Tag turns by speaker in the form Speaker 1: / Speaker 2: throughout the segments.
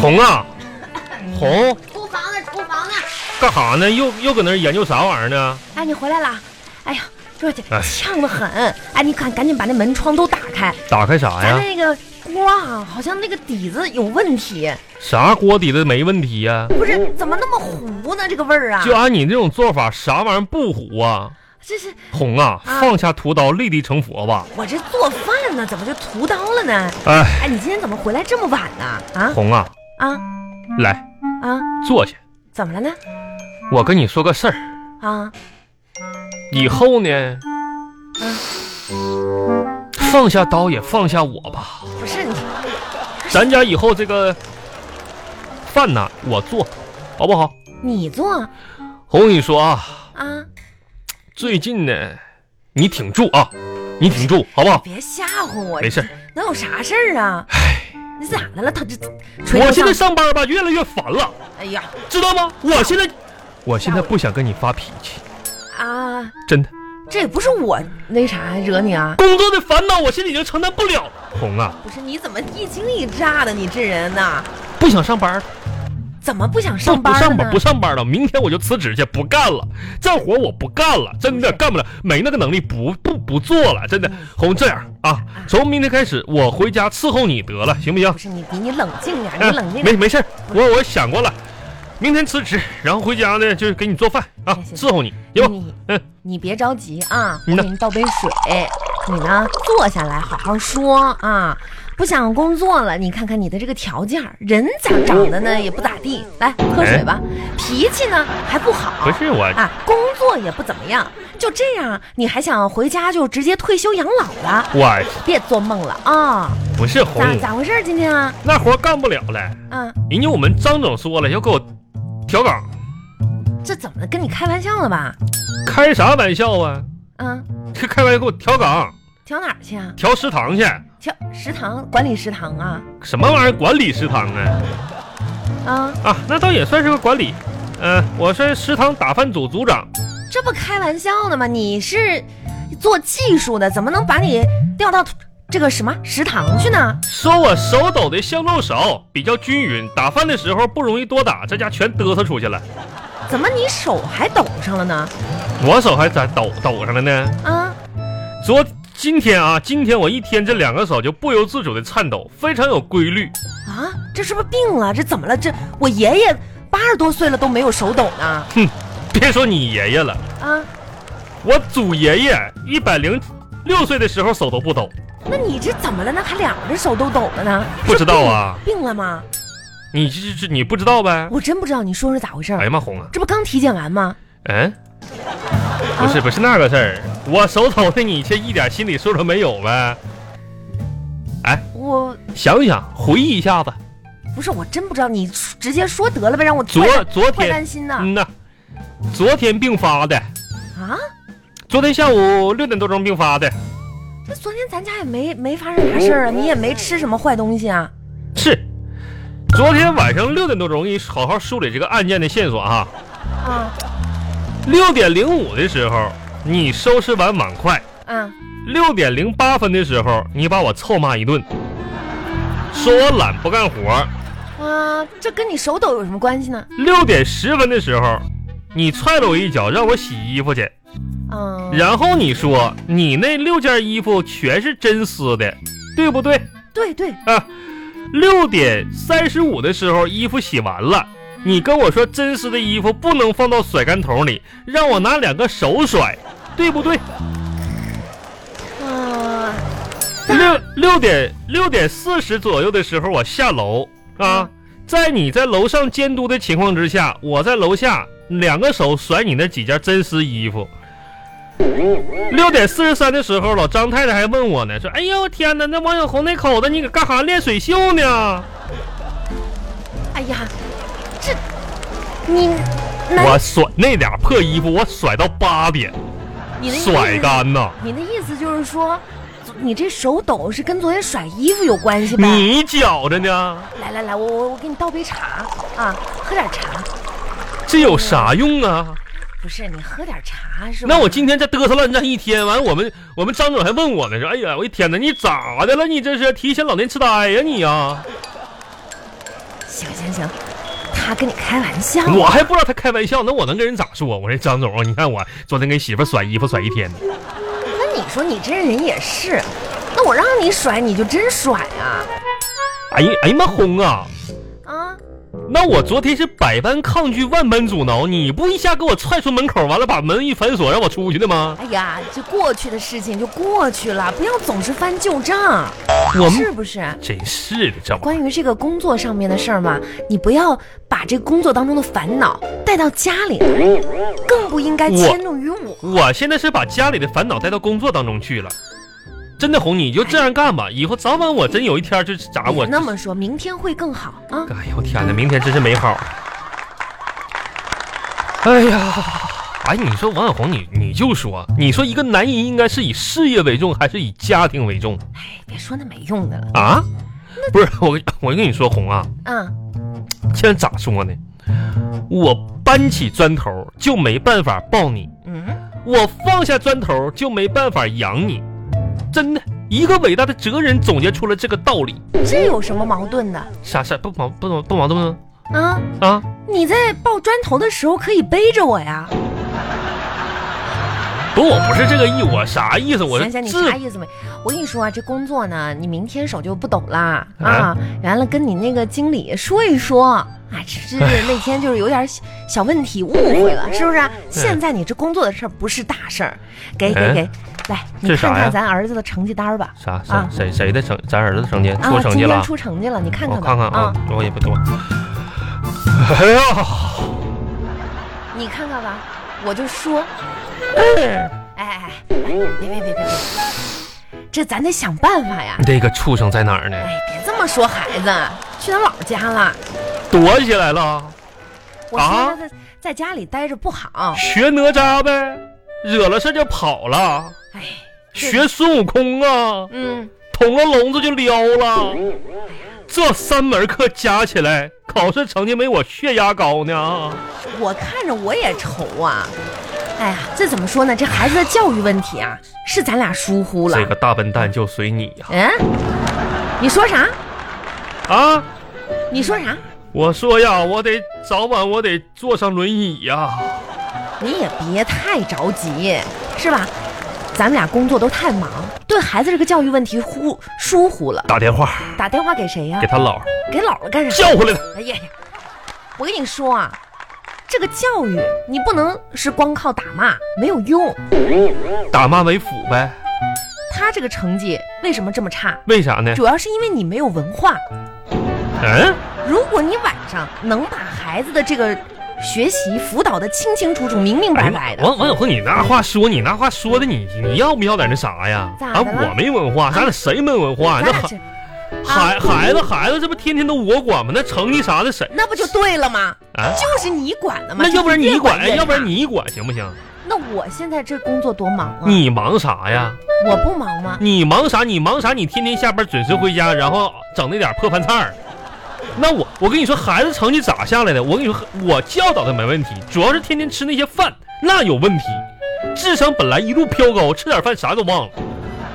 Speaker 1: 红啊，红
Speaker 2: 厨房呢，厨房呢，
Speaker 1: 干啥呢？又又搁那儿研究啥玩意儿呢？
Speaker 3: 哎，你回来啦！哎呀，若姐
Speaker 1: 哎
Speaker 3: 呛得很。哎，你赶赶紧把那门窗都打开。
Speaker 1: 打开啥
Speaker 3: 咱
Speaker 1: 哎呀？
Speaker 3: 那个锅啊，好像那个底子有问题，
Speaker 1: 啥锅底子没问题呀、
Speaker 3: 不是怎么那么糊呢？这个味儿啊，
Speaker 1: 就按你这种做法，啥玩意儿不糊啊？
Speaker 3: 这是
Speaker 1: 红啊，
Speaker 3: 啊
Speaker 1: 放下屠刀，立地成佛吧！
Speaker 3: 我这做饭呢，怎么就屠刀了呢？
Speaker 1: 哎，
Speaker 3: 哎，你今天怎么回来这么晚呢？啊
Speaker 1: 红啊，
Speaker 3: 啊
Speaker 1: 来
Speaker 3: 啊！
Speaker 1: 坐下，
Speaker 3: 怎么了呢？
Speaker 1: 我跟你说个事儿。
Speaker 3: 啊，
Speaker 1: 以后呢，放下刀也放下我吧。
Speaker 3: 不是你，
Speaker 1: 咱家以后这个饭呢，我做，好不好？
Speaker 3: 你做
Speaker 1: 红，我跟你说啊，
Speaker 3: 啊？
Speaker 1: 最近呢，你挺住啊，你挺住，好不好？
Speaker 3: 别吓唬我，
Speaker 1: 没事儿，
Speaker 3: 能有啥事儿啊？你咋的了？他这垂
Speaker 1: 我
Speaker 3: 头
Speaker 1: 现
Speaker 3: 丧
Speaker 1: 在，上班吧，越来越烦了，
Speaker 3: 哎呀
Speaker 1: 知道吗？我现在，我现在不想跟你发脾气，
Speaker 3: 啊，
Speaker 1: 真的。
Speaker 3: 这也不是我那啥惹你啊？
Speaker 1: 工作的烦恼，我现在已经承担不了了。红啊，
Speaker 3: 不是，你怎么一惊一乍的？你这人呐，
Speaker 1: 不想上班了，
Speaker 3: 怎么不想
Speaker 1: 不
Speaker 3: 上
Speaker 1: 不
Speaker 3: 班了
Speaker 1: 上
Speaker 3: 呢
Speaker 1: 班？不上班了，明天我就辞职去，不干了，这活我不干了，真的干不了，没那个能力，不不不做了，真的。红，这样啊，从明天开始我回家伺候你得了，行不行
Speaker 3: 不？是你，你你冷静点，
Speaker 1: 哎
Speaker 3: 你冷静
Speaker 1: 没
Speaker 3: 点。
Speaker 1: 没事儿，我我想过了，明天辞职，然后回家呢就是给你做饭啊，
Speaker 3: 行行
Speaker 1: 伺候你，行吧？
Speaker 3: 你
Speaker 1: 嗯，
Speaker 3: 你别着急啊，我
Speaker 1: 嗯呐
Speaker 3: 给你倒杯水。你呢，坐下来好好说啊。不想工作了，你看看你的这个条件儿，人咋长得呢也不咋地。来，喝水吧。脾气呢还不好，
Speaker 1: 不是我，
Speaker 3: 啊，工作也不怎么样。就这样，你还想回家就直接退休养老了？
Speaker 1: 我
Speaker 3: 别做梦了啊！
Speaker 1: 不是红，
Speaker 3: 咋咋回事儿今天啊？
Speaker 1: 那活干不了了，
Speaker 3: 啊，
Speaker 1: 人家我们张总说了要给我调岗，
Speaker 3: 这怎么了？跟你开玩笑了吧？
Speaker 1: 开啥玩笑啊？
Speaker 3: 啊，
Speaker 1: 这开玩笑给我调岗，
Speaker 3: 调哪儿去啊？
Speaker 1: 调食堂去。
Speaker 3: 调食堂管理食堂啊？
Speaker 1: 什么玩意儿管理食堂啊？
Speaker 3: 啊，
Speaker 1: 啊，那倒也算是个管理。呃，我是食堂打饭组组长，
Speaker 3: 这不开玩笑呢吗？你是做技术的，怎么能把你调到这个什么食堂去呢？
Speaker 1: 说我手抖的香肉少，比较均匀，打饭的时候不容易多打，这家全嘚瑟出去了。
Speaker 3: 怎么你手还抖上了呢？
Speaker 1: 我手还咋抖抖上了呢？
Speaker 3: 啊，
Speaker 1: 昨今天啊，今天我一天这两个手就不由自主的颤抖，非常有规律。
Speaker 3: 啊，这是不是病了？这怎么了？这我爷爷八十多岁了都没有手抖呢。
Speaker 1: 别说你爷爷了，
Speaker 3: 啊，
Speaker 1: 我祖爷爷一百零六岁的时候手都不抖，
Speaker 3: 那你这怎么了呢？还两只手都抖了呢？
Speaker 1: 不知道啊？
Speaker 3: 病了吗？
Speaker 1: 你这这你不知道呗？
Speaker 3: 我真不知道，你说说咋回事儿？
Speaker 1: 哎呀妈红啊！
Speaker 3: 这不刚体检完吗？
Speaker 1: 嗯，不是不是那个事儿，我手抖的你却一点心理素质没有呗？
Speaker 3: 我
Speaker 1: 想想，回忆一下子，
Speaker 3: 不是，我真不知道，你说直接说得了呗，让我
Speaker 1: 昨
Speaker 3: 怪担
Speaker 1: 昨
Speaker 3: 怪
Speaker 1: 天
Speaker 3: 担，心的
Speaker 1: 嗯呐，昨天病发的，
Speaker 3: 啊。
Speaker 1: 昨天下午六点多钟病发的，
Speaker 3: 那昨天咱家也没没发生啥事
Speaker 1: 嗯
Speaker 3: 儿啊，你也没吃什么坏东西啊？
Speaker 1: 是，昨天晚上六点多钟，一好好梳理这个案件的线索啊。
Speaker 3: 啊
Speaker 1: 六点零五的时候，你收拾完碗筷；
Speaker 3: 啊，
Speaker 1: 六点零八分的时候，你把我臭骂一顿，说我懒不干活儿。
Speaker 3: 啊，这跟你手抖有什么关系呢？
Speaker 1: 六点十分的时候，你踹了我一脚，让我洗衣服去。
Speaker 3: 嗯，
Speaker 1: 然后你说你那六件衣服全是真丝的，对不对？
Speaker 3: 对对，
Speaker 1: 六点三十五的时候，衣服洗完了，你跟我说真丝的衣服不能放到甩干桶里，让我拿两个手甩，对不对？
Speaker 3: 啊
Speaker 1: 六六点六点四十左右的时候，我下楼啊，在你在楼上监督的情况之下，我在楼下两个手甩你那几件真丝衣服。六点四十三的时候，老张太太还问我呢，说：“哎呦天哪，那王小红那口子，你搁干啥练水袖呢
Speaker 3: 哎呀，这你？”那
Speaker 1: 我甩那俩破衣服，我甩到八点，
Speaker 3: 你的意思
Speaker 1: 甩
Speaker 3: 是
Speaker 1: 干呐！
Speaker 3: 你的意思就是说，你这手抖是跟昨天甩衣服有关系呗？
Speaker 1: 你觉着呢？
Speaker 3: 来来来，我我我给你倒杯茶啊，喝点茶。
Speaker 1: 这有啥用啊？
Speaker 3: 不是你喝点茶是吧？
Speaker 1: 那我今天这嘚瑟乱战一天，完我们我们张总还问我呢，说哎啊呀，我一天哪，你咋的了？你这是提前老年痴呆呀你呀、
Speaker 3: 行行行，他跟你开玩笑，
Speaker 1: 我还不知道他开玩笑，那我能跟人咋说？我这张总，你看我昨天给媳妇甩衣服甩一天呢。
Speaker 3: 那你说你这人也是，那我让你甩你就真甩啊
Speaker 1: 哎呀哎呀妈轰啊！
Speaker 3: 啊！
Speaker 1: 那我昨天是百般抗拒万般阻挠，你不一下给我踹出门口，完了把门一反锁让我出去的吗？
Speaker 3: 哎呀，这过去的事情就过去了，不要总是翻旧账，
Speaker 1: 我
Speaker 3: 是
Speaker 1: 们
Speaker 3: 不是？
Speaker 1: 真是的，这玩意儿
Speaker 3: 关于这个工作上面的事儿嘛，你不要把这工作当中的烦恼带到家里来，更不应该迁怒于我。
Speaker 1: 我现在是把家里的烦恼带到工作当中去了。真的红，你就这样干吧，以后早晚我真有一天就是咋啊我。
Speaker 3: 别哎那么说，明天会更好啊！
Speaker 1: 哎呦我天哪，明天真是美好。哎呀，哎，你说王小红，你你就说，你说一个男人应该是以事业为重，还是以家庭为重
Speaker 3: 哎，别说那没用的了。
Speaker 1: 啊？不是我跟，我跟你说，红啊，
Speaker 3: 嗯，
Speaker 1: 现在咋说呢？我搬起砖头就没办法抱你，
Speaker 3: 嗯，
Speaker 1: 我放下砖头就没办法养你，真的，一个伟大的哲人总结出了这个道理。
Speaker 3: 这有什么矛盾的
Speaker 1: 啥啥不矛不矛不矛盾吗？
Speaker 3: 啊？
Speaker 1: 啊，
Speaker 3: 你在抱砖头的时候可以背着我呀。
Speaker 1: 不，我不是这个意，我啥意思？ 我
Speaker 3: 想想你啥意思没？我跟你说啊，这工作呢，你明天手就不抖啦啊！完了，跟你那个经理说一说啊，只是
Speaker 1: 哎
Speaker 3: 那天就是有点小小问题，误会了，是不是啊？现在你这工作的事儿不是大事儿，给给
Speaker 1: 哎
Speaker 3: 给，来，你
Speaker 1: 这
Speaker 3: 看
Speaker 1: 啥呀
Speaker 3: 看咱儿子的成绩单儿吧。
Speaker 1: 啥
Speaker 3: 啊
Speaker 1: 啥谁谁的成咱儿子成绩出
Speaker 3: 啊，
Speaker 1: 成
Speaker 3: 今
Speaker 1: 绩
Speaker 3: 天
Speaker 1: 了？
Speaker 3: 出成绩了，你看
Speaker 1: 我
Speaker 3: 看吧。
Speaker 1: 看看啊
Speaker 3: 啊，，
Speaker 1: 我也不多。 哎呀，
Speaker 3: 啊你看看吧，我就说，哎哎哎，别别别别别，这咱得想办法呀。
Speaker 1: 这个畜生在哪儿呢？
Speaker 3: 哎，别这么说孩子，去咱姥家了。
Speaker 1: 躲起来了，
Speaker 3: 我说
Speaker 1: 啊
Speaker 3: 他在在家里待着不好，
Speaker 1: 学哪吒呗，惹了事儿就跑了，
Speaker 3: 哎，对
Speaker 1: 学孙悟空啊，
Speaker 3: 嗯，
Speaker 1: 捅了笼子就撩了。这三门课加起来，考试成绩没我血压高呢。
Speaker 3: 我看着我也愁啊。哎呀，这怎么说呢？这孩子的教育问题啊，是咱俩疏忽了
Speaker 1: 这。个大笨蛋就随你呀、
Speaker 3: 嗯，你说啥？
Speaker 1: 啊！
Speaker 3: 你说啥？
Speaker 1: 我说呀，我得早晚我得坐上轮椅呀。
Speaker 3: 你也别太着急，是吧？咱们俩工作都太忙，对孩子这个教育问题忽疏忽了。
Speaker 1: 打电话
Speaker 3: 打电话给谁呀、
Speaker 1: 给他姥儿
Speaker 3: 给姥姥干啥？
Speaker 1: 叫回来他。
Speaker 3: 哎呀呀，我跟你说啊，这个教育你不能是光靠打骂没有用。
Speaker 1: 打骂为辅呗？
Speaker 3: 他这个成绩为什么这么差？
Speaker 1: 为啥呢？
Speaker 3: 主要是因为你没有文化。
Speaker 1: 嗯，
Speaker 3: 如果你晚上能把孩子的这个学习辅导的清清楚楚、明明白白的，
Speaker 1: 哎王王小红，你那话说，你那话说的你，你要不要点那啥呀？
Speaker 3: 咋
Speaker 1: 啊，
Speaker 3: 的了
Speaker 1: 我没文化，咱俩谁没文化？
Speaker 3: 咱
Speaker 1: 那
Speaker 3: 俩
Speaker 1: 孩
Speaker 3: 这啊嗯
Speaker 1: 孩孩子孩子，这不天天都我管吗？那成绩啥的谁？
Speaker 3: 那不就对了吗？
Speaker 1: 啊，
Speaker 3: 就是你管的嘛。
Speaker 1: 那要不然
Speaker 3: 就是
Speaker 1: 你
Speaker 3: 越
Speaker 1: 管，哎
Speaker 3: 越
Speaker 1: 要不然
Speaker 3: 差。
Speaker 1: 你管行不行？
Speaker 3: 那我现在这工作多忙啊！
Speaker 1: 你忙啥呀？
Speaker 3: 我不忙吗？
Speaker 1: 你忙啥？你忙啥？你天天下班准时回家，然后整那点破饭菜儿。那我我跟你说，孩子成绩咋下来的？我跟你说，我教导的没问题，主要是天天吃那些饭，那有问题。智商本来一路飘高，吃点饭啥都忘了。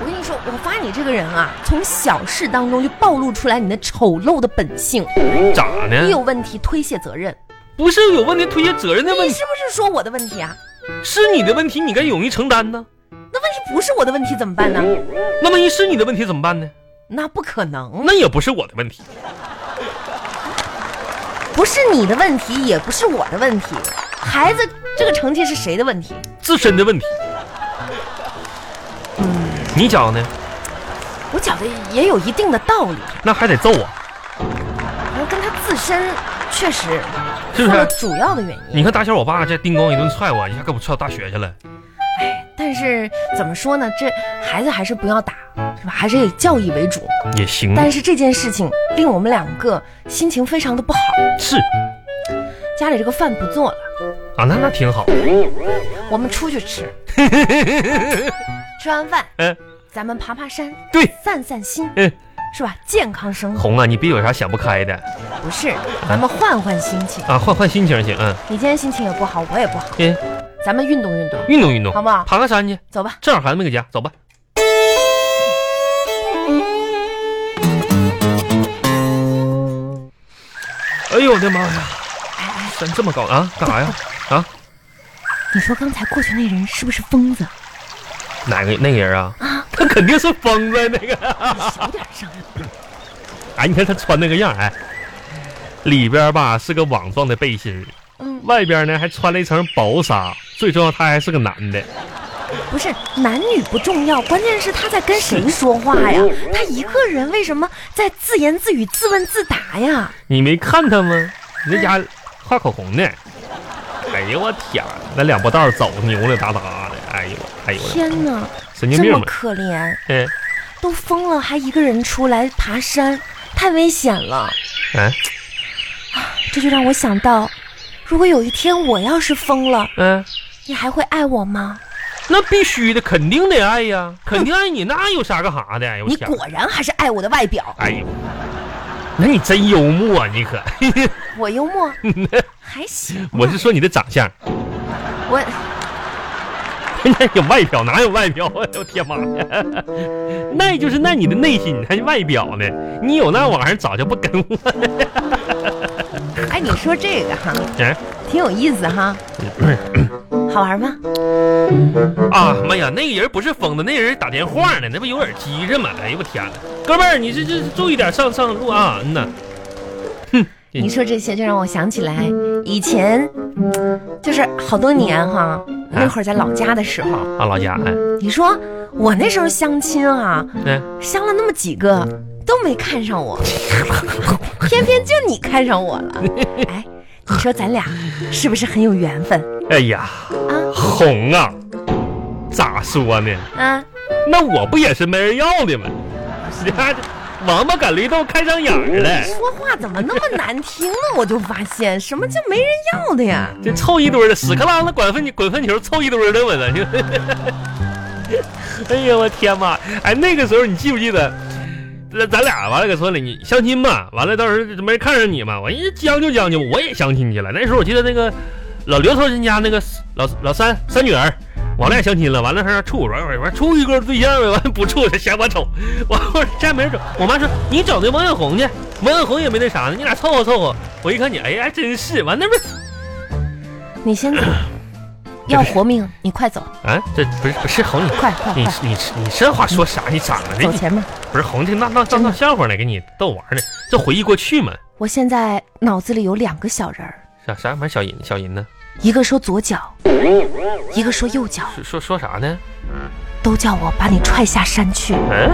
Speaker 3: 我跟你说，我发你这个人啊，从小事当中就暴露出来你的丑陋的本性，
Speaker 1: 咋
Speaker 3: 一有
Speaker 1: 呢？
Speaker 3: 问题推卸责任。
Speaker 1: 不是有问题推卸责任的问
Speaker 3: 你
Speaker 1: 题，
Speaker 3: 是不是说我的问题啊？
Speaker 1: 是你的问题，你该勇于承担呢。
Speaker 3: 那问题不是我的问题怎么办呢？
Speaker 1: 那万一是你的问题怎么办呢？
Speaker 3: 那不可能，
Speaker 1: 那也不是我的问题。
Speaker 3: 不是你的问题，也不是我的问题，孩子这个成绩是谁的问题？
Speaker 1: 自身的问题。你讲呢？
Speaker 3: 我觉得也有一定的道理，
Speaker 1: 那还得揍啊，
Speaker 3: 而跟他自身确实
Speaker 1: 是不
Speaker 3: 做了
Speaker 1: 是？
Speaker 3: 主要的原因。
Speaker 1: 你看打小我爸这叮咣一顿踹我，一下给我踹到大学去了。
Speaker 3: 哎但是怎么说呢，这孩子还是不要打，是吧？还是以教育为主。
Speaker 1: 也行，
Speaker 3: 但是这件事情令我们两个心情非常的不好，
Speaker 1: 是
Speaker 3: 家里这个饭不做了，
Speaker 1: 啊，那那挺好。
Speaker 3: 我们出去 吃，吃完饭
Speaker 1: 嗯，
Speaker 3: 咱们爬爬山，
Speaker 1: 对，
Speaker 3: 散散心，
Speaker 1: 嗯，
Speaker 3: 是吧？健康生活
Speaker 1: 红啊，你别有啥想不开的
Speaker 3: 不是，咱们换换心情。
Speaker 1: 啊，换换心情去，嗯，
Speaker 3: 你今天心情也不好，我也不好，
Speaker 1: 嗯，
Speaker 3: 咱们运动运动，
Speaker 1: 运动运动，
Speaker 3: 好不好
Speaker 1: 爬个山去，
Speaker 3: 走吧。
Speaker 1: 正好孩子没搁家，走吧。哎的妈呀！
Speaker 3: 哎
Speaker 1: 山这么高啊？干啥呀？
Speaker 3: 你说刚才过去那人是不是疯子？
Speaker 1: 哪个那个人啊？
Speaker 3: 啊
Speaker 1: 他肯定是疯子那个。
Speaker 3: 小点声，
Speaker 1: 哎，你看他穿那个样儿，哎，里边吧是个网状的背心儿，
Speaker 3: 嗯，
Speaker 1: 外边呢还穿了一层薄纱，最重要他还是个男的。
Speaker 3: 不是男女不重要，关键是他在跟谁说话呀？他一个人为什么在自言自语、自问自答呀？
Speaker 1: 你没看他吗？你在家画口红呢。哎呦我天儿，那两步道儿走扭扭哒哒的，哎呦我，哎呦我的，
Speaker 3: 天哪，
Speaker 1: 神经
Speaker 3: 这
Speaker 1: 病
Speaker 3: 么
Speaker 1: 吧？
Speaker 3: 可怜，
Speaker 1: 哎
Speaker 3: 都疯了还一个人出来爬山，太危险了。
Speaker 1: 哎
Speaker 3: 这就让我想到，如果有一天我要是疯了，
Speaker 1: 嗯，
Speaker 3: 你还会爱我吗？
Speaker 1: 那必须的，肯定得爱呀，肯定爱你，那有啥干啥的？哎呦我
Speaker 3: 你
Speaker 1: 天儿，
Speaker 3: 果然还是爱我的外表，
Speaker 1: 哎呦，那你真幽默啊，你可，
Speaker 3: 我幽默，还行。
Speaker 1: 我是说你的长相。
Speaker 3: 我
Speaker 1: 有外表哪有外表啊？ 我天妈呀！那就是那你的内心，还外表呢？你有那玩意儿早就不跟我
Speaker 3: 哎，你说这个哈，
Speaker 1: 哎
Speaker 3: 挺有意思哈，好玩吗？
Speaker 1: 嗯啊！妈呀，那个人不是疯子，那人打电话呢，那不有耳机是吗？哎呦我天哪！哥们儿，你这这注意点上上路啊！嗯呐，嗯
Speaker 3: 你说这些就让我想起来以前，就是好多年哈，那会儿在老家的时候，
Speaker 1: 啊老家哎
Speaker 3: 你说我那时候相亲啊，
Speaker 1: 哎，
Speaker 3: 相了那么几个都没看上我，偏偏就你看上我了。哎，你说咱俩是不是很有缘分
Speaker 1: 哎呀，
Speaker 3: 啊？
Speaker 1: 红啊！咋说呢？
Speaker 3: 啊，
Speaker 1: 那我不也是没人要的吗？ 你看，王八赶绿豆看上眼儿了。
Speaker 3: 说话怎么那么难听呢？我就发现什么叫没人要的呀？
Speaker 1: 这凑一堆儿的，屎壳郎的滚粪滚粪球凑一堆儿的，我操！哎呀，我天妈！哎，那个时候你记不记得，咱咱俩完了搁村里你相亲嘛，完了到时候没人看上你嘛，我一将就将就，我也相亲去了。那时候我记得那个老刘头人家那个老老三三女儿。我俩相亲了，完了还让处，完完完处一个对象呗，完不处了嫌我丑，我我家没人整。我妈说你找那王小红去，王小红也没那啥呢，你俩凑合凑合。我一看你，哎呀，还真是，完那边
Speaker 3: 你先走，要活命你快走，
Speaker 1: 啊，这不是不是红你
Speaker 3: 快快
Speaker 1: 你
Speaker 3: 快，
Speaker 1: 你你这话说啥？你咋了？
Speaker 3: 走
Speaker 1: 你
Speaker 3: 前面。
Speaker 1: 不是红这闹闹闹闹笑话呢，给你逗玩呢，这回忆过去嘛。
Speaker 3: 我现在脑子里有两个小人儿，
Speaker 1: 啥啥玩意儿？小银小银呢？
Speaker 3: 一个说左脚，一个说右脚，
Speaker 1: 说说说啥呢？
Speaker 3: 都叫我把你踹下山去。
Speaker 1: 嗯，